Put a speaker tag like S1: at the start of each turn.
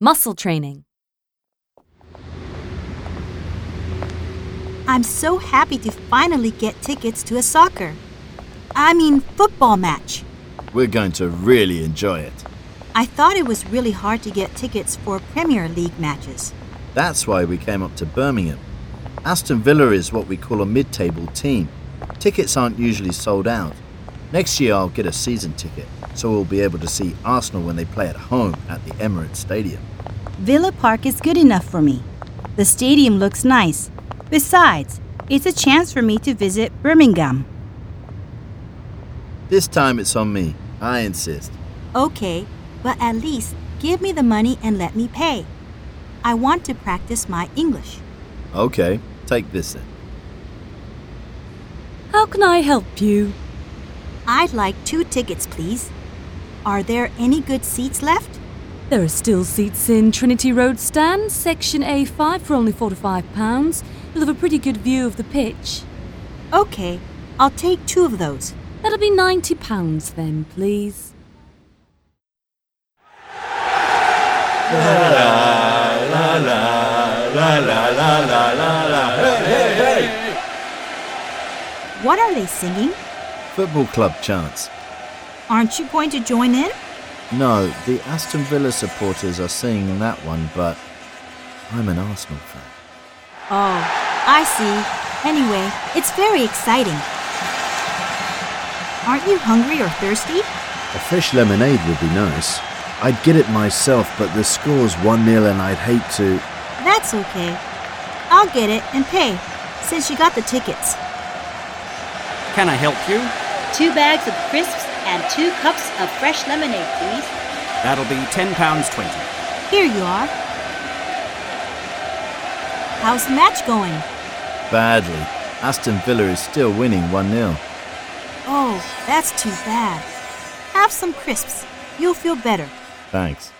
S1: Muscle training.
S2: I'm so happy to finally get tickets to a soccer. I mean, football match.
S3: We're going to really enjoy it.
S2: I thought it was really hard to get tickets for Premier League matches.
S3: That's why we came up to Birmingham. Aston Villa is what we call a mid table team. Tickets aren't usually sold out. Next year I'll get a season ticket, so we'll be able to see Arsenal when they play at home at the Emirates Stadium.
S2: Villa Park is good enough for me. The stadium looks nice. Besides, it's a chance for me to visit Birmingham.
S3: This time it's on me. I insist.
S2: Okay, but at least give me the money and let me pay. I want to practice my English.
S3: Okay, take this then.
S1: How can I help you?
S2: I'd like two tickets, please. Are there any good seats left?
S1: There are still seats in Trinity Road Stand, Section A5 for only £45. You'll have a pretty good view of the pitch.
S2: Okay, I'll take two of those.
S1: That'll be £90 then, please.
S2: What are they singing?
S3: Football club chants.
S2: Aren't you going to join in?
S3: No, the Aston Villa supporters are singing that one, but I'm an Arsenal fan.
S2: Oh, I see. Anyway, it's very exciting. Aren't you hungry or thirsty?
S3: A fresh lemonade would be nice. I'd get it myself, but the score's 1 0 and I'd hate to.
S2: That's okay. I'll get it and pay, since you got the tickets.
S4: Can I help you?
S5: Two bags of crisps and two cups of fresh lemonade, please.
S4: That'll be £10.20.
S2: Here you are. How's the match going?
S3: Badly. Aston Villa is still winning 1 0.
S2: Oh, that's too bad. Have some crisps. You'll feel better.
S3: Thanks.